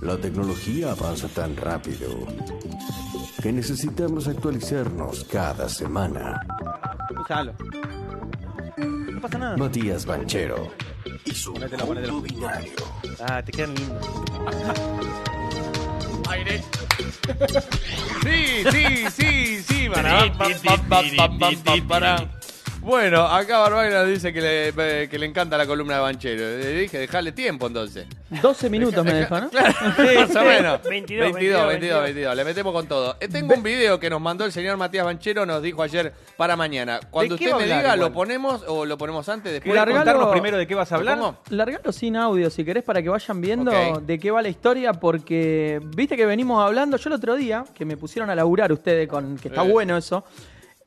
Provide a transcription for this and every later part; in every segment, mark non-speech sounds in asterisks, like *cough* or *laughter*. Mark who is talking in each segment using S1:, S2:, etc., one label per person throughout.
S1: La tecnología avanza tan rápido que necesitamos actualizarnos cada semana.
S2: Úsalo. No pasa nada.
S1: Matías Banchero y su
S2: Mételo, ponelo.
S1: mundo binario.
S2: Ah, te quedan lindos.
S3: Aire.
S4: Sí, sí, sí, sí. para, pam, pam, pam, pam, pam, pam, para. Bueno, acá Barbay nos dice que le, eh, que le encanta la columna de Banchero. Le dije, dejale tiempo entonces.
S2: 12 minutos me dejó, ¿no?
S4: Claro, *laughs* más o menos.
S3: 22,
S4: 22, 22, 22, Le metemos con todo. Eh, Tengo un video que nos mandó el señor Matías Banchero, nos dijo ayer para mañana. Cuando
S2: qué
S4: usted
S2: va a
S4: me
S2: hablar
S4: diga,
S2: igual?
S4: lo ponemos o lo ponemos antes, después.
S2: Largalo-
S3: contarnos primero de qué vas a
S4: ¿Lo
S3: hablar?
S4: pongo?
S2: Largalo sin audio, si querés, para que vayan viendo
S4: Ok.
S2: de qué va la historia, porque viste que venimos hablando. Yo el otro día, que me pusieron a laburar ustedes, con que está
S4: Eh.
S2: bueno eso,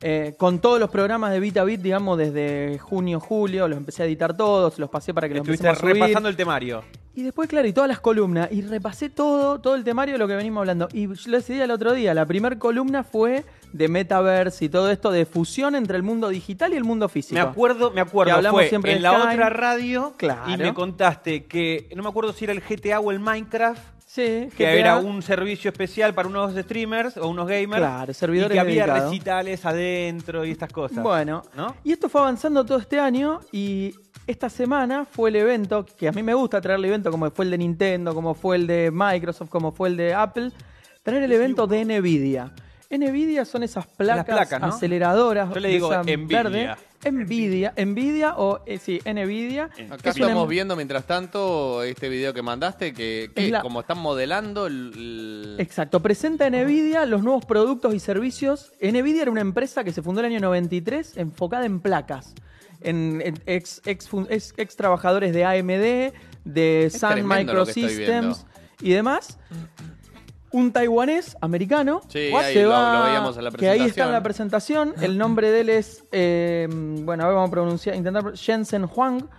S2: eh, con todos los programas de Bit a Bit, digamos, desde junio, julio, los empecé a editar todos, los pasé para que los
S3: Estuviste
S2: empecemos a subir.
S3: repasando el temario.
S2: Y después, claro, y todas las columnas. Y repasé todo, todo el temario de lo que venimos hablando. Y yo lo decidí el otro día. La primera columna fue de metaverse y todo esto de fusión entre el mundo digital y el mundo físico.
S3: Me acuerdo, me acuerdo.
S2: Que hablamos
S3: fue
S2: siempre
S3: en
S2: de
S3: la
S2: Skype.
S3: otra radio
S2: Claro.
S3: y me contaste que no me acuerdo si era el GTA o el Minecraft,
S2: Sí,
S3: que
S2: GTA.
S3: era un servicio especial para unos streamers o unos gamers.
S2: Claro, servidores
S3: y que había
S2: dedicados.
S3: recitales adentro y estas cosas.
S2: Bueno,
S3: ¿no?
S2: y esto fue avanzando todo este año y esta semana fue el evento, que a mí me gusta traer el evento como fue el de Nintendo, como fue el de Microsoft, como fue el de Apple, traer el evento de Nvidia. Nvidia son esas placas,
S3: placas, ¿no?
S2: aceleradoras
S3: Yo le digo
S2: de esa
S3: Nvidia.
S2: verde. Nvidia, Nvidia o eh, sí, Nvidia.
S4: Acá
S2: que es una-
S4: estamos viendo mientras tanto este video que mandaste, que, que
S2: Es la-
S4: como están modelando el- el-
S2: Exacto, presenta Nvidia los nuevos productos y servicios. Nvidia era una empresa que se fundó en el año 93 enfocada en placas, en, en ex, ex fun- ex- ex trabajadores de AMD, de Sun
S4: tremendo lo que estoy
S2: Microsystems y demás. Un taiwanés americano
S4: Sí,
S2: que
S4: ahí
S2: se
S4: lo-
S2: va-
S4: lo veíamos en la
S2: que ahí
S4: presentación.
S2: está en la presentación. El nombre de él es, eh, bueno, a ver, vamos a pronunciar, intentar pro- Jensen Huang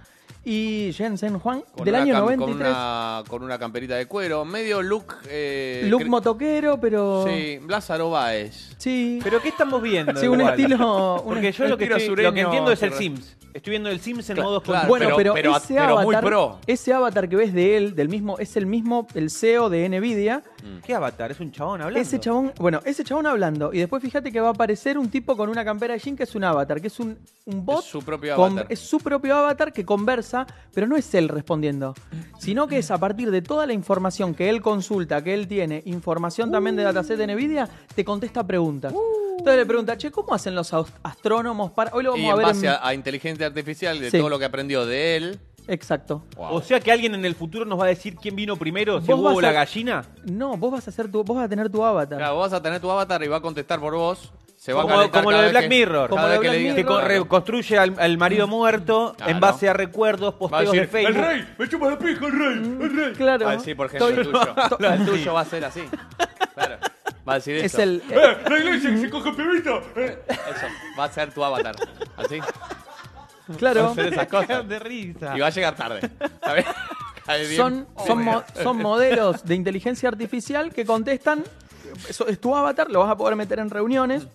S2: y Jensen Huang
S4: con
S2: del
S4: una
S2: año
S4: cam-
S2: 93.
S4: Con una, con una camperita de cuero, medio look... Eh,
S2: Look
S4: cre-
S2: motoquero, pero
S4: Sí, Lázaro Báez.
S2: sí.
S3: Pero ¿qué estamos viendo?
S2: Sí, un
S3: igual?
S2: estilo. un
S3: Porque yo
S2: est-
S3: lo que,
S2: estilo
S3: estoy-
S2: sureño.
S3: lo que entiendo es el
S4: surre-
S3: Sims. Estoy viendo el Sims en
S4: Cla-
S3: modo
S4: claro.
S2: Bueno,
S4: pero-
S2: pero,
S4: pero-
S2: ese
S4: pero muy
S2: avatar,
S4: pro.
S2: ese avatar que ves de él, del mismo, es el mismo, el CEO de Nvidia.
S3: ¿Qué avatar? ¿Es un chabón Mm. hablando?
S2: Ese chabón, bueno, ese chabón hablando. Y después fíjate que va a aparecer un tipo con una campera de jean que es un avatar, que es un, un bot.
S4: Es su propio
S2: con-
S4: avatar.
S2: es su propio avatar que conversa, pero no es él respondiendo. Sino que es a partir de toda la información que él consulta, que él tiene, información también de dataset de Nvidia, te contesta preguntas. Entonces le pregunta, che, ¿cómo hacen los aus- astrónomos para. Hoy lo vamos
S4: Y
S2: a
S4: en
S2: ver
S4: base
S2: en-
S4: a, a inteligencia artificial, de
S2: Sí.
S4: todo lo que aprendió de él...
S2: Exacto.
S4: wow.
S3: O sea que alguien en el futuro nos va a decir quién vino primero, si
S2: Vos
S3: hubo
S2: vas
S3: la
S2: a-
S3: gallina.
S2: No, vos vas a hacer tu, vos vas a tener tu avatar.
S4: Claro, vos vas a tener tu avatar y va a contestar por vos. Se va
S3: Como-
S4: a calentar
S3: como
S4: cada
S3: lo de
S4: vez
S3: Black
S4: que-
S3: Mirror.
S2: Como
S4: cada
S2: lo de
S4: vez que
S2: Black
S4: le digas-
S3: Que
S2: Mirror.
S3: co-
S4: Claro.
S3: reconstruye al, al
S2: Mm.
S3: marido muerto
S4: Claro.
S3: en base a recuerdos,
S4: Va a
S3: posteos de
S4: decir,
S3: Facebook.
S4: el
S3: *laughs*
S4: rey, me chupa la pija, el rey, el rey.
S2: Claro.
S4: Va a decir, Ah, por ejemplo,
S2: Estoy-
S4: el tuyo. *laughs*
S2: Estoy-
S4: El tuyo va a ser así. Claro. Va a decir
S2: Es
S4: eso.
S2: el-
S4: ¡Eh, la iglesia que se coge pibito! Eh. Eso, va a ser tu avatar. Así. Va
S2: Claro.
S4: a ser esas
S2: *laughs*
S4: cosas.
S3: de risa.
S4: Y va a llegar tarde.
S3: *laughs*
S4: ¿Sabes? Cae bien.
S2: Son, son, mo- son modelos de inteligencia artificial que contestan. Eso es tu avatar, lo vas a poder meter en reuniones.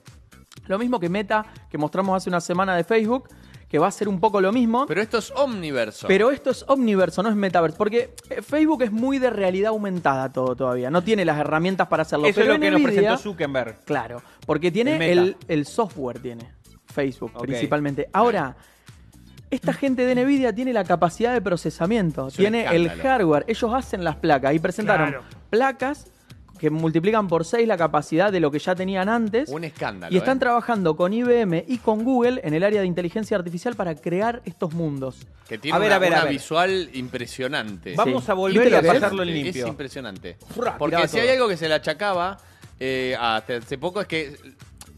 S2: Lo mismo que Meta, que mostramos hace una semana de Facebook, que va a ser un poco lo mismo.
S4: Pero esto es omniverso.
S2: Pero esto es omniverso, no es metaverso. Porque eh, Facebook es muy de realidad aumentada todo todavía. No tiene las herramientas para hacerlo.
S3: Eso es
S2: pero
S3: lo que nos
S2: Nvidia-
S3: presentó Zuckerberg.
S2: Claro, porque tiene
S3: El
S2: el,
S3: Meta.
S2: el software, tiene Facebook
S3: Ok.
S2: principalmente. Ahora, esta gente de Nvidia tiene la capacidad de procesamiento,
S4: un
S2: tiene el
S4: escándalo.
S2: hardware, ellos hacen las placas. Ahí presentaron
S3: Claro.
S2: placas que multiplican por 6 la capacidad de lo que ya tenían antes.
S4: Un escándalo,
S2: Y están
S4: eh.
S2: trabajando con IBM y con Google en el área de inteligencia artificial para crear estos mundos.
S4: que tiene
S3: A ver,
S4: una,
S3: a ver, a
S4: una
S3: ver.
S4: visual impresionante.
S3: Vamos
S2: Sí.
S3: a volver
S2: ¿Viste
S3: y a
S2: lo que es?
S3: pasarlo en
S4: Es
S3: limpio.
S4: impresionante.
S3: Frá,
S4: Porque
S3: tiraba
S4: si
S3: todo.
S4: hay algo que se le achacaba eh, hasta hace poco es que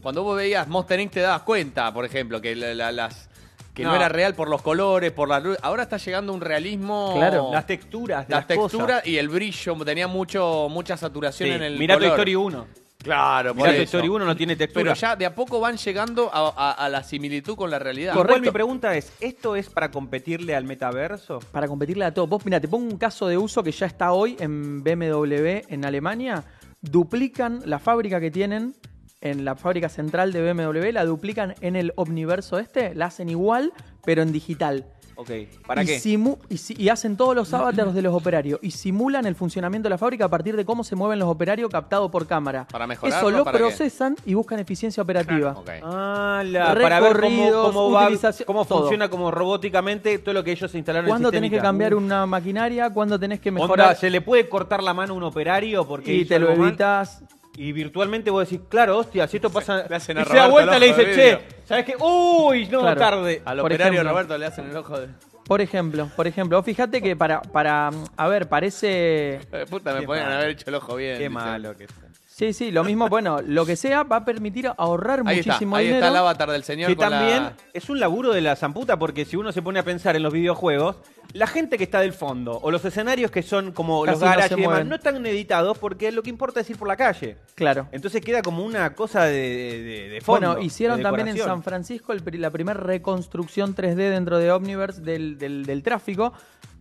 S4: cuando vos veías Monster Inc. te dabas cuenta, por ejemplo, que la- la- las que no.
S3: No.
S4: era real por los colores, por la luz. Ahora está llegando un realismo.
S2: Claro.
S3: Las texturas, de
S4: Las texturas
S3: cosas.
S4: y el brillo. Tenía mucho, mucha saturación
S3: Sí.
S4: en el.
S3: Mirá Toy
S4: color.
S3: Story 1.
S4: Claro, por
S3: Mirá Toy
S4: eso.
S3: Story 1 no tiene textura.
S4: Pero ya de a poco van llegando a, a- a la similitud con la realidad.
S3: Igual
S2: Correcto.
S3: mi pregunta es, ¿esto es para competirle al metaverso?
S2: para competirle a todos. Vos, mira, te pongo un caso de uso que ya está hoy en BMW en Alemania. Duplican la fábrica que tienen en la fábrica central de BMW, la duplican en el omniverso este, la hacen igual, pero en digital.
S3: Ok, ¿para
S2: y
S3: qué?
S2: simu- y, si- y hacen todos los avatars de los operarios y simulan el funcionamiento de la fábrica a partir de cómo se mueven los operarios captado por cámara.
S4: ¿Para mejorarlo,
S2: Eso lo
S4: para qué?
S2: procesan y buscan eficiencia operativa.
S4: Ok.
S3: Ah, la, para ver cómo,
S2: Recorridos,
S3: cómo va-
S2: utilización,
S3: cómo
S2: todo.
S3: funciona como robóticamente todo lo que ellos instalaron en
S2: ¿Cuándo tenés que cambiar una maquinaria? ¿Cuándo tenés que mejorar?
S3: Uh. Onda, ¿se le puede cortar la mano a un operario porque
S2: y
S3: hizo
S2: te lo
S3: algo mal?
S2: evitas.
S3: Y virtualmente vos decís, claro, hostia, si esto pasa...
S4: le hacen a
S3: y se da
S4: Roberto
S3: vuelta y le
S4: el ojo
S3: dice,
S4: de
S3: che,
S4: vidrio.
S3: ¿sabes qué? Uy, no,
S2: Claro.
S3: tarde.
S4: Al
S2: Por
S4: operario
S2: ejemplo.
S4: Roberto le hacen el ojo de.
S2: Por ejemplo, por ejemplo, vos fíjate que para, para, mm, a ver, parece,
S4: Eh, puta, me
S3: Qué
S4: podían
S3: malo.
S4: haber hecho el ojo bien.
S3: Qué
S4: dice.
S3: malo que está.
S2: sí, sí, lo mismo, bueno, lo que sea va a permitir ahorrar
S4: Ahí está,
S2: muchísimo
S4: ahí
S2: dinero.
S4: está el avatar del señor
S3: Que
S4: con la-
S3: también es un laburo de la zamputa, porque si uno se pone a pensar en los videojuegos, la gente que está del fondo o los escenarios que son como
S2: Casi
S3: los
S2: no
S3: garages
S2: se
S3: y demás
S2: mueven.
S3: no están editados porque lo que importa es ir por la calle.
S2: Claro.
S3: Entonces queda como una cosa de, de- de fondo.
S2: bueno, hicieron
S3: de
S2: también en
S3: decoración.
S2: San Francisco el pri- la primera reconstrucción 3D dentro de Omniverse del, del- del tráfico.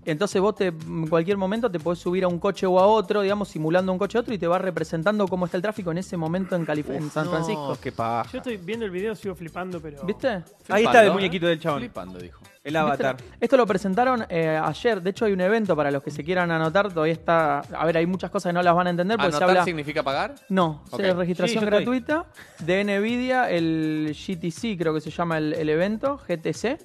S2: Entonces vos te, en cualquier momento te podés subir a un coche o a otro, digamos, simulando un coche a otro y te va representando cómo está el tráfico en ese momento en, Calif- en San
S3: No,
S2: Francisco.
S3: Oh, qué paja.
S5: Yo estoy viendo el video, sigo flipando, pero.
S2: ¿Viste?
S3: Ahí
S4: Flipando,
S3: está el
S4: ¿eh?
S3: muñequito del chabón.
S4: Flipando, dijo.
S3: El avatar.
S2: ¿Viste? Esto lo presentaron eh, ayer. De hecho, hay un evento para los que se quieran anotar. Todavía está. A ver, hay muchas cosas que no las van a entender porque se
S4: ¿Anotar
S2: habla.
S4: significa pagar?
S2: No,
S4: Ok.
S2: es
S3: Sí,
S2: registración
S3: yo estoy.
S2: gratuita de Nvidia, el GTC creo que se llama el, el evento, GTC.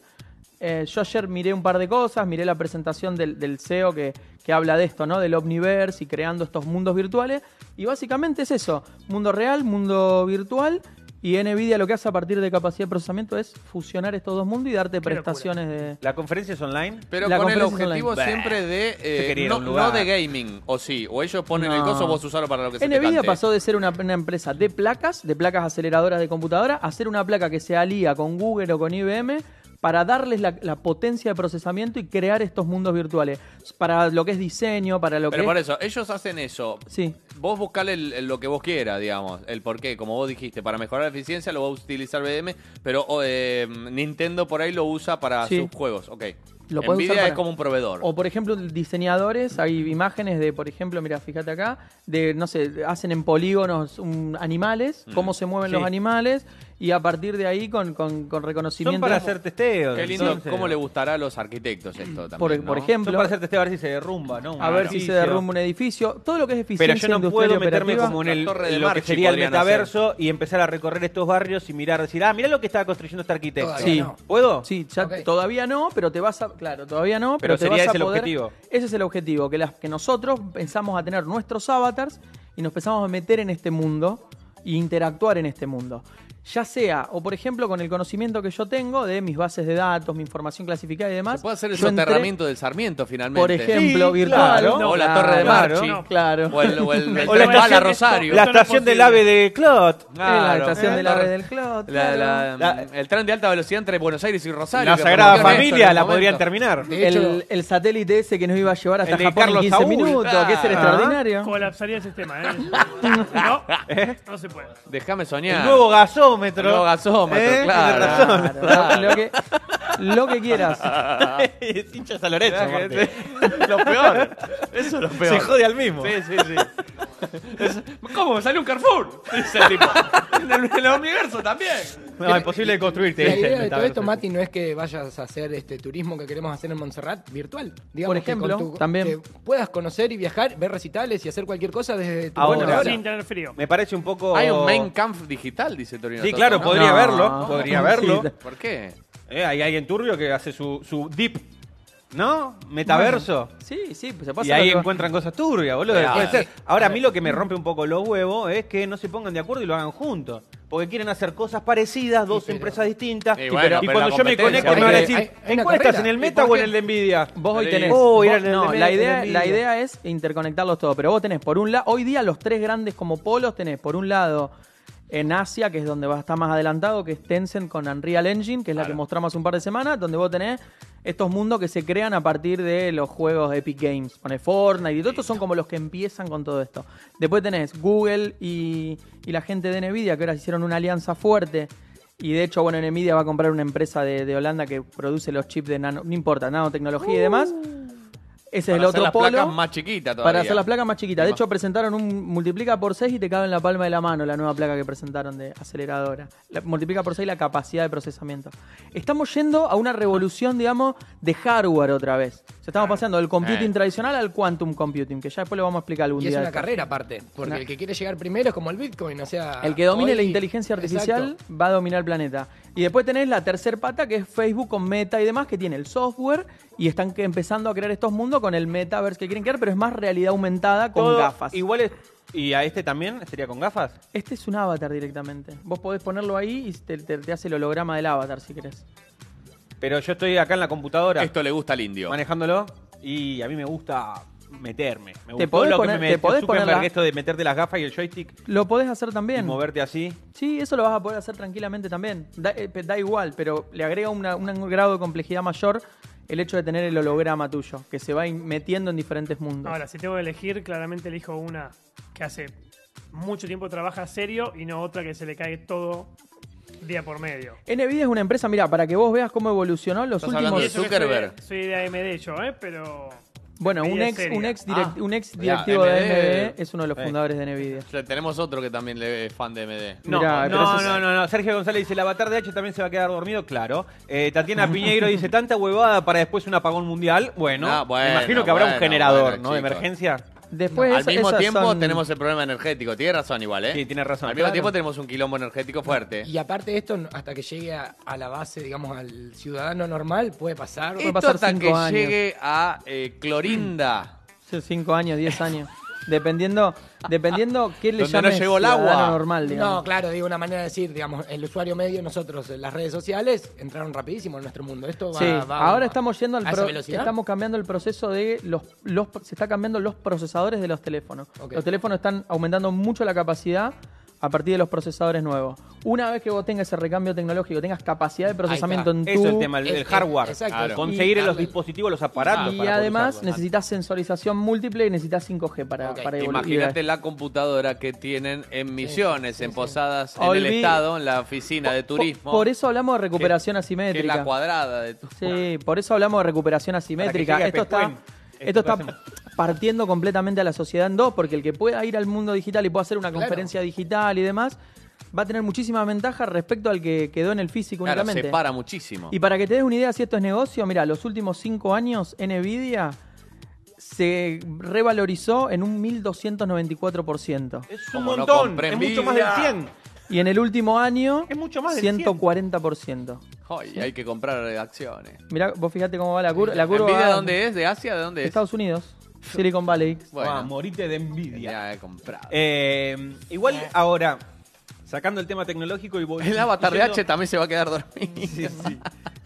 S2: Eh, yo ayer miré un par de cosas, miré la presentación del, del CEO que, que habla de esto, ¿no? Del Omniverse y creando estos mundos virtuales. Y básicamente es eso, mundo real, mundo virtual. Y Nvidia lo que hace a partir de capacidad de procesamiento es fusionar estos dos mundos y darte
S5: Qué locura.
S2: prestaciones de...
S3: ¿La conferencia es online?
S4: Pero
S2: La
S4: con el
S2: conferencia es
S4: objetivo
S2: online.
S4: siempre de. eh,
S3: Yo quería ir a
S4: no,
S3: un lugar.
S4: no de gaming, o sí. O ellos ponen el
S2: No.
S4: coso, vos usarlo para lo que se te
S2: NVIDIA
S4: cante.
S2: pasó de ser una, una empresa de placas, de placas aceleradoras de computadora, a ser una placa que se alía con Google o con IBM para darles la, la potencia de procesamiento y crear estos mundos virtuales. Para lo que es diseño, para lo
S4: Pero
S2: que
S4: por
S2: es...
S4: eso, ellos hacen eso.
S2: Sí.
S4: Vos buscale el- el- lo que vos quieras, digamos, el por qué. Como vos dijiste, para mejorar la eficiencia lo va a utilizar BDM, pero oh, eh, Nintendo por ahí lo usa para
S2: Sí.
S4: sus juegos. Ok.
S2: Lo puede
S4: Nvidia
S2: usar para-
S4: es como un proveedor.
S2: O por ejemplo, diseñadores, hay imágenes de, por ejemplo, mira, fíjate acá, de, no sé, hacen en polígonos un- animales,
S4: Mm.
S2: cómo se mueven
S3: Sí.
S2: los animales, y a partir de ahí con, con, con reconocimiento...
S3: Son para hacer testeos.
S4: Qué lindo,
S3: entonces.
S4: cómo le gustará a los arquitectos esto también.
S2: por,
S4: ¿no?
S2: por
S3: Son
S2: ejemplo...
S3: para hacer testeo a ver si se derrumba, ¿no? Un
S2: A ver si se
S3: edificio.
S2: derrumba un edificio. Todo lo que es eficiencia
S3: Pero yo no
S2: industrial
S3: puedo
S2: y
S3: meterme
S2: operativa.
S3: como en,
S4: La
S3: el,
S4: torre de
S3: en lo que
S4: Marchi
S3: sería el
S4: podrían hacer.
S3: metaverso y empezar a recorrer estos barrios y mirar, decir, ah, mirá lo que estaba construyendo este arquitecto.
S2: Todavía Sí. no.
S3: ¿Puedo?
S2: Sí, ya todavía no, pero te vas a. Claro, todavía no,
S3: Pero
S2: pero,
S3: sería
S2: te vas
S3: ese el
S2: a poder-
S3: objetivo.
S2: Ese es el objetivo, que, las, que nosotros pensamos a tener nuestros avatars y nos pensamos a meter en este mundo e interactuar en este mundo. Ya sea, o por ejemplo, con el conocimiento que yo tengo de mis bases de datos, mi información clasificada y demás.
S4: Se puede hacer el
S2: yo entré,
S4: soterramiento del Sarmiento finalmente.
S2: Por ejemplo,
S3: Sí,
S2: virtual.
S3: claro.
S4: o la
S2: Claro,
S4: Torre de
S3: claro,
S4: Marchi.
S5: no.
S2: Claro.
S4: O el, o
S2: *laughs*
S4: el,
S5: La
S4: o la
S5: estación
S4: Bala
S5: de-
S4: Rosario.
S5: Esto
S3: La
S5: no es
S3: estación del
S5: posible.
S3: ave de Clot.
S2: En la
S3: Claro.
S2: estación de la
S4: Claro.
S2: red del cloud.
S4: La-
S2: claro.
S4: la- el tren de alta velocidad entre Buenos Aires y Rosario.
S3: La
S4: que
S3: Sagrada
S4: permitió esto en
S3: Familia
S4: un
S3: la
S4: momento.
S3: podrían terminar.
S1: De hecho-
S2: el, el satélite ese que nos iba a llevar hasta
S3: El de
S2: Japón
S3: Carlos
S2: en 15
S3: Saúl.
S2: minutos, que es el
S3: Ah.
S2: extraordinario.
S5: Colapsaría el sistema,
S2: *laughs*
S5: ¿eh? No,
S2: Eh.
S5: no se puede.
S4: Déjame soñar.
S3: El nuevo gasómetro.
S4: El nuevo gasómetro,
S3: ¿Eh?
S4: claro.
S3: Tiene
S4: *laughs*
S3: razón.
S2: Claro, lo, que, lo
S3: *laughs*
S2: que quieras.
S3: es hincha San Lorenzo. aparte.
S4: lo peor. Eso es lo peor.
S3: Se jode al mismo.
S4: Sí, sí, sí. Es- ¿Cómo? ¿Salió un Carrefour? Dice el tipo. *laughs* En el, en el universo también.
S3: No, imposible de este construir, te
S6: La
S3: dice el
S6: idea de todo
S3: metaverso.
S6: esto, Mati, no es que vayas a hacer este turismo que queremos hacer en Montserrat virtual. Digamos
S2: Por
S6: que con
S2: ejemplo, también.
S6: Que puedas conocer y viajar, ver recitales y hacer cualquier cosa desde tu
S3: Ahora.
S6: bueno de
S5: Sin tener frío.
S3: Me parece un poco.
S4: Hay un main camp digital, dice Torino.
S3: Oh. Sí,
S4: Toto,
S3: claro,
S4: ¿no?
S3: podría
S2: No.
S3: verlo. Podría verlo.
S2: Sí.
S4: ¿Por qué?
S3: Eh, Hay alguien turbio que hace su, su dip, ¿no? Metaverso.
S2: Sí, sí, pues se pasa
S3: y ahí
S2: lo que- Mm.
S3: encuentran cosas turbias, boludo.
S4: Claro.
S3: Puede ser. Ahora, a mí lo que me rompe un poco los huevos es que no se pongan de acuerdo y lo hagan juntos. Porque quieren hacer cosas parecidas, dos
S6: pero-
S3: empresas distintas.
S4: Y
S3: Y,
S4: bueno, pero
S3: cuando
S4: la
S3: yo me
S4: competencia,
S3: conecto, me van a
S6: hay-
S3: decir:
S6: hay- hay
S3: ¿en
S6: una
S3: cuál estás? ¿En
S6: carrera.
S3: el
S6: ¿Y
S3: Meta
S4: por
S3: o en
S4: qué?
S3: el de Nvidia?
S2: Vos hoy
S4: Sí.
S2: tenés.
S3: Oh,
S2: vos-
S3: era el
S2: no,
S3: de-
S2: la
S3: el de
S2: idea,
S3: Nvidia.
S2: la idea es interconectarlos todos. Pero vos tenés, por un lado, hoy día los tres grandes como polos tenés, por un lado, en Asia, que es donde va a estar más adelantado, que es Tencent con Unreal Engine, que es la que mostramos hace un par de semanas, donde vos tenés estos mundos que se crean a partir de los juegos de Epic Games. Ponés Fortnite y todo, estos son como los que empiezan con todo esto. Después tenés Google y, y la gente de Nvidia, que ahora hicieron una alianza fuerte. Y de hecho, bueno, Nvidia va a comprar una empresa de, de Holanda que produce los chips de nano, no importa, nanotecnología y demás. Ese es
S4: Uh. Para hacer
S2: el otro
S4: las
S2: polo.
S4: placas más chiquitas todavía.
S2: Para hacer las placas más chiquitas. De
S4: Más-
S2: hecho, presentaron un multiplica por 6 y te cabe en la palma de la mano la nueva placa que presentaron de aceleradora. La- multiplica por 6 la capacidad de procesamiento. Estamos yendo a una revolución, digamos, de hardware otra vez. O sea, estamos pasando del computing
S4: Eh.
S2: tradicional al quantum computing, que ya después le vamos a explicar algún
S6: Y
S2: día.
S6: es una
S2: esto.
S6: carrera aparte, porque
S2: Una-
S6: el que quiere llegar primero es como el Bitcoin, o sea...
S2: El que domine
S6: hoy-
S2: la inteligencia artificial
S6: Exacto.
S2: va a dominar el planeta. Y después tenés la tercer pata, que es Facebook con Meta y demás, que tiene el software y están que- empezando a crear estos mundos con el metaverse que quieren crear, pero es más realidad aumentada con
S3: Todo
S2: gafas.
S3: Igual es. ¿Y a este también? ¿Sería con gafas?
S2: Este es un avatar directamente. Vos podés ponerlo ahí y te, te- te hace el holograma del avatar si querés.
S3: Pero yo estoy acá en la computadora
S4: Esto le gusta al indio.
S3: manejándolo y a mí me gusta meterme. Me gustó
S2: podés
S3: lo
S2: poner-
S3: que me
S2: te
S3: metió
S2: podés
S3: Zuckerberg,
S2: poner la-
S3: esto de meterte las gafas y el joystick
S2: Lo podés hacer
S3: y
S2: también.
S3: moverte así.
S2: Sí, eso lo vas a poder hacer tranquilamente también. Da, eh, pe- da igual, pero le agrega una- un grado de complejidad mayor el hecho de tener el holograma tuyo, que se va in- metiendo en diferentes mundos.
S5: Ahora, si tengo que elegir, claramente elijo una que hace mucho tiempo trabaja serio y no otra que se le cae todo día por medio.
S2: NVIDIA es una empresa, mira, para que vos veas cómo evolucionó los
S4: Estás
S2: últimos.
S4: hablando
S5: Y
S4: de
S5: eso que
S4: Zuckerberg.
S5: Soy, soy de AMD yo, ¿eh? Pero...
S2: Bueno, un
S5: NVIDIA
S2: ex,
S5: seria.
S2: un ex direct-
S4: Ah.
S2: un ex
S4: Mirá,
S2: directivo de
S4: NVIDIA.
S2: AMD es uno de los
S3: Eh.
S2: fundadores de NVIDIA.
S4: O sea, Tenemos otro que también le es fan de MD.
S3: No,
S2: Mirá, pero eso
S3: no,
S2: es-
S3: no, no, no. Sergio González dice, el avatar de H también se va a quedar dormido, claro. Eh, Tatiana Piñeiro dice, tanta huevada para después un apagón mundial. Bueno,
S4: Ah, bueno,
S3: me imagino que habrá un
S4: bueno,
S3: generador,
S4: bueno,
S3: ¿no? De
S4: chicos.
S3: emergencia.
S2: Después
S4: Al
S2: Pues esa-
S4: mismo
S2: esas
S4: tiempo
S2: son-
S4: tenemos el problema energético. Tiene razón igual, ¿eh?
S3: Sí, tiene razón,
S4: Al mismo
S3: claro.
S4: tiempo tenemos un quilombo energético fuerte.
S6: Y aparte de esto, hasta que llegue a, a la base, digamos, al ciudadano normal, puede pasar.
S2: Eh,
S4: Esto
S2: pasar
S4: hasta
S2: cinco
S4: que
S2: años.
S4: llegue a eh, Clorinda.
S2: Sí, cinco años, 10 años. Dependiendo, dependiendo qué le
S4: Donde no
S2: llames
S4: llegó el agua.
S2: ciudadano normal,
S6: No,
S2: digamos.
S6: claro, digo, una manera de decir, digamos, el usuario medio, nosotros, eh, las redes sociales, entraron rapidísimo en nuestro mundo. Esto va,
S2: Sí,
S6: va
S2: ahora
S6: a-
S2: estamos yendo al
S6: a esa
S2: pro-
S6: velocidad.
S2: estamos cambiando el proceso de los, los se está cambiando los procesadores de los teléfonos.
S6: Ok.
S2: Los teléfonos están aumentando mucho la capacidad a partir de los procesadores nuevos. Una vez que vos tengas ese recambio tecnológico, tengas capacidad de procesamiento en tu
S3: Eso es el tema, el, el
S6: Es- es-
S3: hardware.
S6: exacto.
S4: Claro.
S3: Conseguir
S6: Y-
S3: los dispositivos, los aparatos.
S2: y
S3: para poder
S2: además
S3: usarlo.
S2: necesitas sensorización múltiple y necesitas 5G para,
S6: Ok.
S2: para evolucionar.
S4: Imagínate la computadora que tienen en misiones, en posadas, en el
S2: Olvi-
S4: estado, en la oficina de
S2: Po-
S4: turismo.
S2: Por eso hablamos de recuperación
S4: que es
S2: asimétrica.
S4: la cuadrada de tu...
S2: Sí, por eso hablamos de recuperación asimétrica.
S3: Para que llegue
S2: Esto
S3: a
S2: está,
S3: Pescuen.
S2: esto
S3: Esto
S2: está
S3: que hacemos.
S2: partiendo completamente a la sociedad en dos, porque el que pueda ir al mundo digital y pueda hacer una
S6: Claro.
S2: conferencia digital y demás, va a tener muchísima ventaja respecto al que quedó en el físico
S4: Claro,
S2: únicamente.
S4: se para muchísimo.
S2: Y para que te des una idea si esto es negocio, mira, los últimos cinco años Nvidia se revalorizó en un 1294%.
S3: Es un
S4: Como no
S3: montón.
S4: compré
S3: es mucho más del
S4: envidia.
S3: 100.
S2: Y en el último año,
S3: Es mucho más del
S2: 140%.
S4: Ay, hay que comprar eh, acciones.
S2: Mirá, vos fíjate cómo va la, curva. la curva.
S4: ¿Envidia
S2: va-
S4: de dónde es? ¿De Asia? ¿De dónde es?
S3: *laughs*
S2: Estados Unidos, Silicon Valley.
S4: Bueno,
S3: Ah, morite de envidia.
S4: ya he comprado.
S3: Eh, igual ahora, sacando el tema tecnológico y vol-
S4: *laughs* el avatar de
S3: yendo-
S4: H también se va a quedar dormido.
S3: Sí, sí.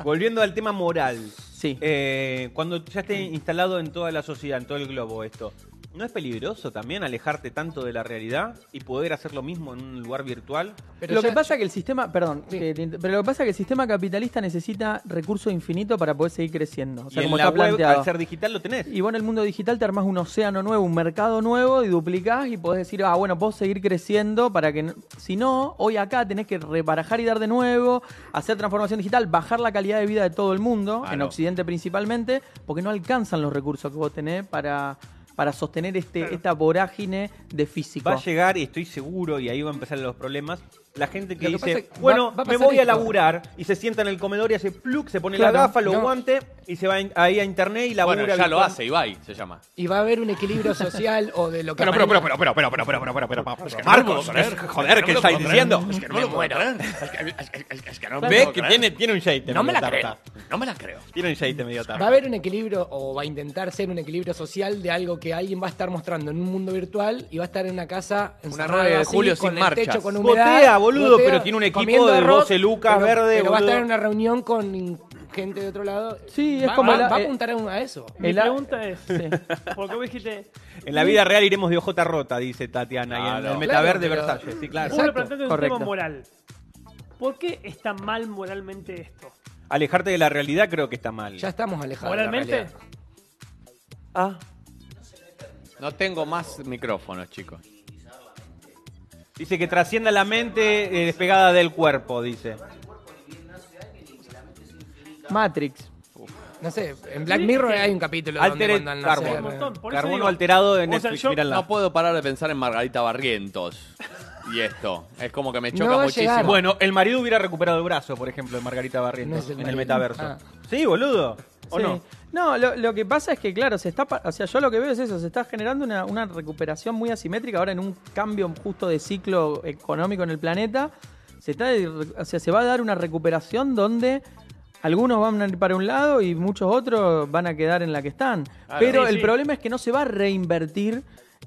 S3: Volviendo al tema moral.
S2: Sí.
S3: Eh, cuando ya esté instalado en toda la sociedad, en todo el globo esto, ¿no es peligroso también alejarte tanto de la realidad y poder hacer lo mismo en un lugar virtual?
S6: Pero
S2: lo
S6: ya-
S2: que pasa que el sistema, perdón,
S6: Sí.
S2: que te inter- pero lo que pasa que el sistema capitalista necesita recursos infinitos para poder seguir creciendo. O sea,
S3: y
S2: como
S3: en la
S2: está
S3: web,
S2: planteado.
S3: al ser digital, lo tenés.
S2: Y vos en el mundo digital te armás un océano nuevo, un mercado nuevo y duplicás y podés decir, ah, bueno, puedo seguir creciendo para que... no- Si no, hoy acá tenés que rebarajar y dar de nuevo, hacer transformación digital, bajar la calidad de vida de todo el mundo,
S4: Claro.
S2: en Occidente principalmente, porque no alcanzan los recursos que vos tenés para, para sostener este,
S5: Claro.
S2: esta vorágine de físico.
S3: Va a llegar, y estoy seguro, y ahí van a empezar los problemas. La gente que
S6: Lo que
S3: dice,
S6: pasa es que
S3: bueno,
S6: va- va a
S3: me
S6: pasar
S3: voy a
S6: esto".
S3: laburar, y se sienta en el comedor y hace pluk, se pone
S2: Claro,
S3: la gafa, los
S6: no.
S3: guantes, y se va en- ahí a internet y labura.
S4: Bueno, ya lo
S3: virtual.
S4: hace, Ibai se llama.
S6: Y va a haber un equilibrio social o de lo que...
S7: Pero, pero, pero,
S6: aparenta-
S7: pero, pero, pero, pero, pero, pero, pero, pero, es que Marcos, joder, joder, ¿qué estáis diciendo? Es que no me lo puedo creer. Es que, es que- es que- es que no me
S3: Ve
S7: lo puedo
S3: que
S7: creer.
S3: tiene, tiene un shade.
S7: No me la
S3: medio
S7: creo.
S3: tarta.
S7: No me la creo.
S3: Tiene un shade medio tarta.
S6: Va a haber un equilibrio o va a intentar ser un equilibrio social de algo que alguien va a estar mostrando en un mundo virtual y va a estar en una casa encerrada
S4: 9 de
S6: así,
S4: julio
S6: con
S4: sin
S6: el
S4: marchas.
S6: techo con humedad.
S3: Botea, boludo,
S6: botea,
S3: pero tiene un equipo
S6: comiendo
S3: de
S6: arroz,
S3: 12 lucas
S6: pero-
S3: verde,
S6: Pero va a
S3: boludo.
S6: estar en una reunión con gente de otro lado.
S2: Sí, es
S6: Va-
S2: como
S6: va-
S2: la-
S6: va a
S2: eh,
S6: apuntar a un- a eso.
S5: Mi
S2: El-
S5: pregunta es,
S2: Sí.
S5: ¿por qué vos dijiste,
S3: En la vida real iremos de ojota rota, dice Tatiana, y en
S4: Claro.
S3: el metaver de
S6: Claro, pero-
S3: Versalles. Sí, claro.
S5: vos lo
S6: Exacto,
S5: planteaste en un
S2: correcto.
S5: tema moral? ¿Por qué está mal moralmente esto?
S3: Alejarte de la realidad creo que está mal.
S6: Ya estamos alejados. de la
S5: ¿Moralmente?
S6: realidad.
S3: Ah.
S4: No tengo más micrófonos, chicos.
S3: Dice que trascienda la mente eh, despegada del cuerpo, dice.
S2: Matrix.
S6: No sé, en Black Mirror hay un capítulo
S3: Altered
S6: donde mandan
S3: Carbon.
S5: Un montón. Por eso
S3: Carbono
S5: digo,
S3: alterado de
S5: o sea,
S3: Netflix,
S5: yo-
S3: mírenla.
S4: No puedo parar de pensar en Margarita Barrientos. Y esto, es como que me choca
S6: No va a
S4: muchísimo.
S6: llegar.
S3: Bueno, el marido hubiera recuperado el brazo, por ejemplo, de Margarita Barrientos
S6: No es el
S3: en el
S6: marido.
S3: metaverso.
S6: Ah.
S3: Sí, boludo. ¿O
S2: Sí.
S3: no?
S2: No, lo, lo que pasa es que, claro, se está, pa- o sea, yo lo que veo es eso, se está generando una, una recuperación muy asimétrica ahora en un cambio justo de ciclo económico en el planeta. Se, está, o sea, se va a dar una recuperación donde algunos van a ir para un lado y muchos otros van a quedar en la que están. Pero
S5: Sí,
S2: el
S5: sí.
S2: problema es que no se va a reinvertir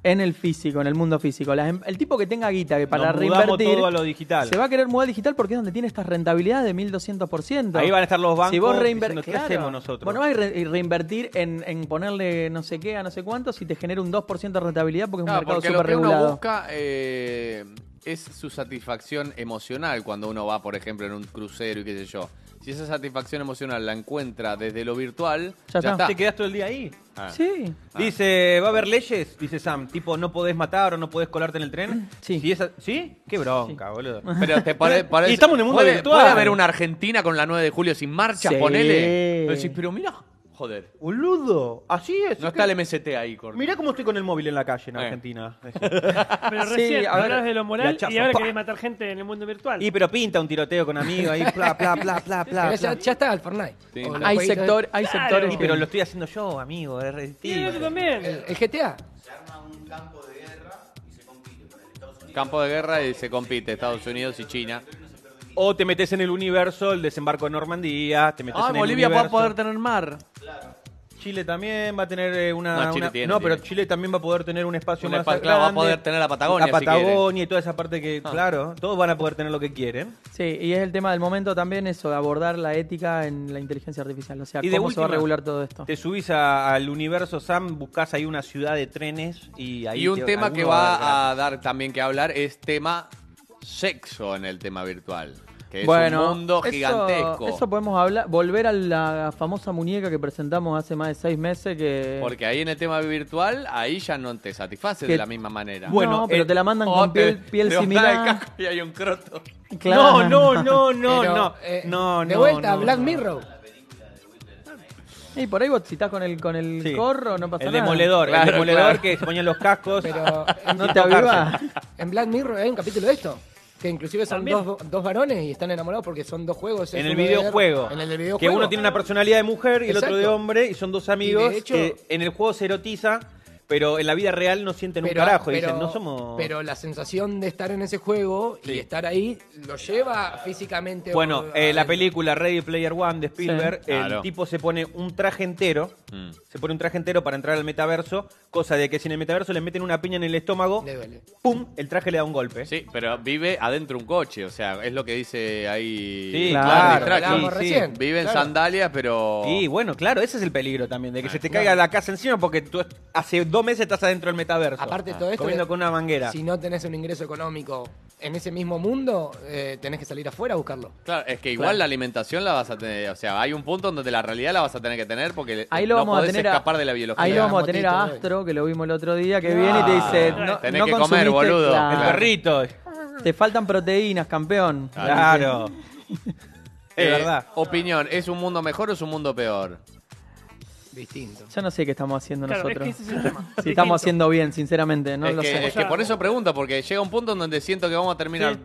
S2: en el físico, en el mundo físico. Las em- el tipo que tenga guita que para
S3: Nos mudamos
S2: reinvertir
S3: todo a lo digital.
S2: se va a querer mudar digital porque es donde tiene estas rentabilidades de 1200%.
S3: Ahí van a estar los bancos
S2: Si vos reinver-
S3: diciendo, ¿qué
S2: claro.
S3: hacemos nosotros?
S2: Vos no vas a re- reinvertir en, en ponerle no sé qué a no sé cuánto si te genera un 2% de rentabilidad porque es un
S4: Claro,
S2: mercado
S4: porque
S2: súper
S4: lo que uno
S2: regulado.
S4: busca eh, es su satisfacción emocional cuando uno va, por ejemplo, en un crucero y qué sé yo. Si esa satisfacción emocional la encuentra desde lo virtual, ya,
S2: Ya está.
S4: está.
S3: ¿Te quedás todo el día ahí?
S4: Ah.
S2: Sí.
S3: Dice, ¿va a haber leyes? Dice Sam, tipo, no podés matar o no podés colarte en el tren.
S2: Sí.
S3: Si esa- ¿Sí? Qué bronca, boludo.
S4: Pero te pare-
S3: *laughs*
S4: parece...
S3: Y estamos en el mundo
S4: ¿Puede,
S3: virtual.
S4: ¿Puede haber una Argentina con la 9 de julio sin marcha?
S2: Sí.
S4: Ponele. Pero decís, pero mira, joder.
S3: Boludo, así es.
S4: No
S3: es
S4: está
S3: que-
S4: el MST ahí, Corti.
S3: Mirá cómo estoy con el móvil en la calle en
S4: Eh.
S3: Argentina.
S5: Pero
S2: Sí,
S5: recién
S2: a ver,
S5: hablas de lo moral
S3: la chafa,
S5: y ahora
S3: pa.
S5: querés matar gente en el mundo virtual.
S3: y pero pinta un tiroteo con amigos ahí, pla, pla, pla, pla, pla.
S6: Pero ya,
S3: pla.
S6: ya está el Fortnite.
S4: Sí.
S6: O los
S2: Hay,
S6: jueguitos de-
S2: sector, hay
S5: Claro.
S2: sectores.
S3: Sí,
S2: que-
S3: pero lo estoy haciendo yo, amigo, es re
S5: Sí, el otro
S3: distinto.
S5: también.
S2: Eh,
S6: El, el GTA.
S4: Campo de guerra y se compite Estados Unidos y China.
S3: O te metes en el universo, el desembarco en Normandía, te metes
S4: Ah,
S3: en el
S4: Bolivia va a
S3: universo.
S4: poder
S2: tener mar.
S3: Chile también va a tener eh, una.
S4: No, Chile
S3: una-
S4: tiene,
S3: no, pero
S4: tiene.
S3: Chile también va a poder tener un espacio
S4: Un
S3: más
S4: espacio,
S3: grande.
S4: claro, va a poder tener la
S3: La
S4: Patagonia, si
S3: Patagonia y toda esa parte que, claro, todos van a poder tener lo que quieren.
S2: Sí, y es el tema del momento también eso, de abordar la ética en la inteligencia artificial. O sea,
S3: Y de
S2: cómo se va a
S3: última,
S2: regular todo esto.
S3: Te subís a- al universo Sam, buscas ahí una ciudad de trenes y ahí.
S4: Y un
S3: te-
S4: tema
S3: alguno
S4: que
S3: a-
S4: va a dar también que hablar es tema sexo en el tema virtual. Que es un mundo
S2: eso-
S4: gigantesco.
S2: Eso podemos hablar, volver a la famosa muñeca que presentamos hace más de seis meses que...
S4: Porque ahí en el tema virtual, ahí ya no te satisface
S2: Que-
S4: de la misma manera.
S2: bueno,
S3: Bueno,
S2: pero
S3: eh,
S2: te la mandan
S4: O
S2: con
S4: te-
S2: piel, piel
S4: te bajás *laughs*
S2: similar.
S4: del casco y hay un croto.
S2: Claro.
S3: No, no,
S2: *laughs*
S3: no, no,
S6: Pero,
S3: no.
S6: eh,
S3: no,
S6: De
S3: no,
S6: vuelta a
S3: no,
S6: Black
S3: no.
S6: Mirror.
S2: Y por ahí vos si estás con el, con el
S3: Sí.
S2: corro, no pasa
S3: El
S2: nada.
S3: demoledor, el
S4: Claro,
S3: demoledor
S4: claro.
S3: que se ponían los cascos.
S6: Pero eh,
S2: No te avivas.
S6: en Black Mirror hay un capítulo de esto. Que inclusive son
S5: También.
S6: dos, dos varones y están enamorados porque son dos juegos.
S3: En
S6: es
S3: el
S6: uno de guerra-
S3: videojuego.
S6: En el del videojuego.
S3: Que uno tiene una personalidad de mujer y el otro de
S6: Exacto.
S3: hombre y son dos
S6: Y
S3: amigos
S6: de hecho-
S3: que en el juego se erotiza, pero en la vida real no sienten un carajo. y dicen, no somos...
S6: Pero la sensación de estar en ese juego y estar ahí lo lleva físicamente.
S3: Bueno,
S6: o-
S3: eh, la
S6: al-
S3: película Ready Player One de Spielberg,
S4: Sí.
S3: el
S4: Claro.
S3: tipo se pone un traje entero, se pone un traje entero para entrar al metaverso, cosa de que si en el metaverso le meten una piña en el estómago,
S6: Le duele.
S3: ¡pum! el traje le da un golpe.
S4: Sí, pero vive adentro un coche, o sea, es lo que dice ahí.
S3: Sí,
S4: Andy
S3: claro,
S4: Strachey.
S6: hablábamos recién.
S4: Vive en
S6: Claro.
S4: sandalias, pero.
S3: Y bueno, claro, ese es el peligro también, de que se te caiga la casa encima porque tú hace dos meses estás adentro del metaverso.
S6: Aparte de todo
S3: Ah,
S6: esto.
S3: Comiendo con una manguera.
S6: Si no tenés un ingreso económico en ese mismo mundo, eh, tenés que salir afuera a buscarlo.
S4: Claro, es que igual la alimentación la vas a tener, o sea, hay un punto en donde la realidad la vas a tener que tener porque
S2: Ahí lo
S4: no
S2: vamos a
S4: podés
S2: tener a-
S4: escapar de la biología.
S2: Ahí lo vamos a
S6: Motito,
S2: tener a
S6: eh.
S2: Astro, que lo vimos el otro día, que viene y te dice,
S5: Claro.
S2: no,
S4: Tenés
S2: no
S4: que comer,
S2: consumiste-
S4: boludo.
S2: claro.
S3: El perrito.
S2: Te faltan proteínas, campeón.
S3: Claro.
S4: Eh,
S3: Es verdad.
S4: Opinión, ¿es un mundo mejor o es un mundo peor?
S6: Distinto.
S2: Yo no sé qué estamos haciendo
S5: Claro, es
S2: nosotros.
S5: que ese es el tema.
S2: Si estamos
S5: Distinto.
S2: haciendo bien, sinceramente, no
S4: es,
S2: lo
S4: que,
S2: sé.
S4: es que por eso pregunto, porque llega un punto en donde siento que vamos a terminar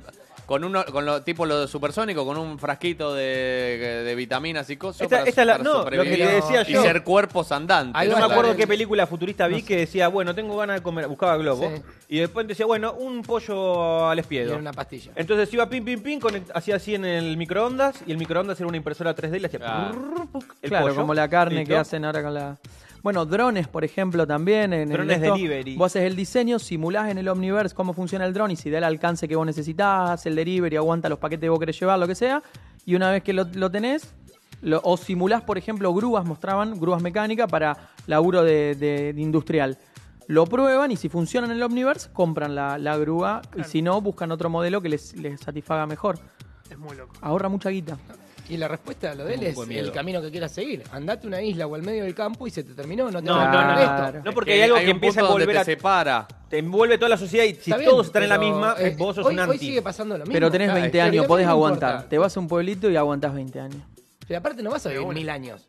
S4: con uno, con lo, tipo lo de supersónico, con un frasquito de, de vitaminas y cosas
S3: Esta-
S4: para,
S3: esta es la-
S4: para
S3: no, lo que
S4: sobrevivir.
S3: le decía
S4: y
S3: yo.
S4: ser cuerpos andantes.
S6: Ahí
S3: Yo
S6: va
S3: me
S4: Claro.
S6: a estar
S3: acuerdo
S6: el-
S3: qué película futurista vi que decía, bueno, tengo ganas de comer, buscaba globo.
S6: Sí.
S3: Y después decía, bueno, un pollo al
S6: Y
S3: espiedo.
S6: era una pastilla.
S3: Entonces iba pim, pim, pim, conect- hacía así en el microondas y el microondas era una impresora 3D y le hacía
S4: Ah.
S3: prrr, puc, el
S2: Claro,
S3: pollo.
S2: como la carne
S3: Listo.
S2: que hacen ahora con la... Bueno, drones, por ejemplo, también. En el
S3: Drones
S2: esto,
S3: delivery.
S2: Vos haces el diseño, simulás en el Omniverse cómo funciona el drone y si da el alcance que vos necesitás, hace el delivery, aguanta los paquetes que vos querés llevar, lo que sea. Y una vez que lo, lo tenés, lo- o simulás, por ejemplo, grúas, mostraban grúas mecánicas para laburo de, de- de industrial. Lo prueban y si funciona en el Omniverse, compran la, la grúa y si no, buscan otro modelo que les, les satisfaga mejor.
S5: Es muy loco.
S2: Ahorra mucha guita.
S6: Y la respuesta a lo de él
S3: un
S6: es
S3: poco de miedo.
S6: el camino que quieras seguir. Andate a una isla o al medio del campo y se te terminó. No te
S3: No,
S6: vas
S3: no,
S6: a
S3: no,
S6: encontrar
S2: no.
S6: esto.
S3: No, porque
S4: Es
S3: hay algo
S4: un
S3: que empieza a
S4: punto donde
S3: volver a...
S4: te separa.
S3: Te envuelve toda la sociedad y si
S6: Está bien,
S3: todos están en la
S6: pero,
S3: misma,
S6: eh,
S3: vos sos
S6: hoy,
S3: un
S6: Hoy
S3: anti.
S6: sigue pasando lo mismo.
S2: Pero tenés
S6: Claro,
S2: 20 años,
S6: teóricamente
S2: podés
S6: no importa.
S2: aguantar. Te vas a un pueblito y aguantás 20 años.
S6: Pero aparte no vas a vivir mil años.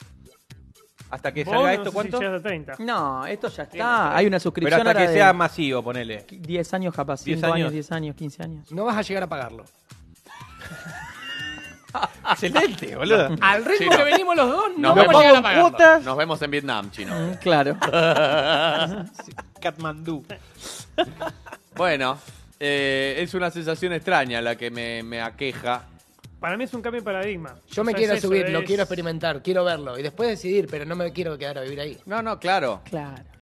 S3: hasta que
S5: Vos
S3: salga
S5: no
S3: esto,
S5: sé si
S3: ¿cuánto?
S5: llegas a 30.
S2: No, esto ya está. Hay una
S3: Pero
S2: suscripción
S3: hasta que
S2: ahora de
S3: sea masivo, ponele.
S2: 10 años capaz,
S3: 10
S2: 5 años,
S3: años.
S2: 10 años, 15 años.
S6: No vas a llegar a pagarlo.
S3: Excelente, boludo.
S6: Al ritmo que venimos los dos, no,
S4: Nos
S6: vamos a
S4: vemos
S6: llegar a pagarlo.
S4: cuotas. Nos vemos en Vietnam, chino.
S2: Mm, *laughs* Claro.
S3: Katmandú.
S4: Bueno, eh, es una sensación extraña la que me, me aqueja.
S5: Para mí es un cambio de paradigma.
S6: Yo me
S5: O sea,
S6: quiero
S5: es eso,
S6: subir, lo
S5: es-
S6: quiero experimentar, quiero verlo y después decidir, pero no me quiero quedar a vivir ahí.
S4: No, no, claro.
S2: claro.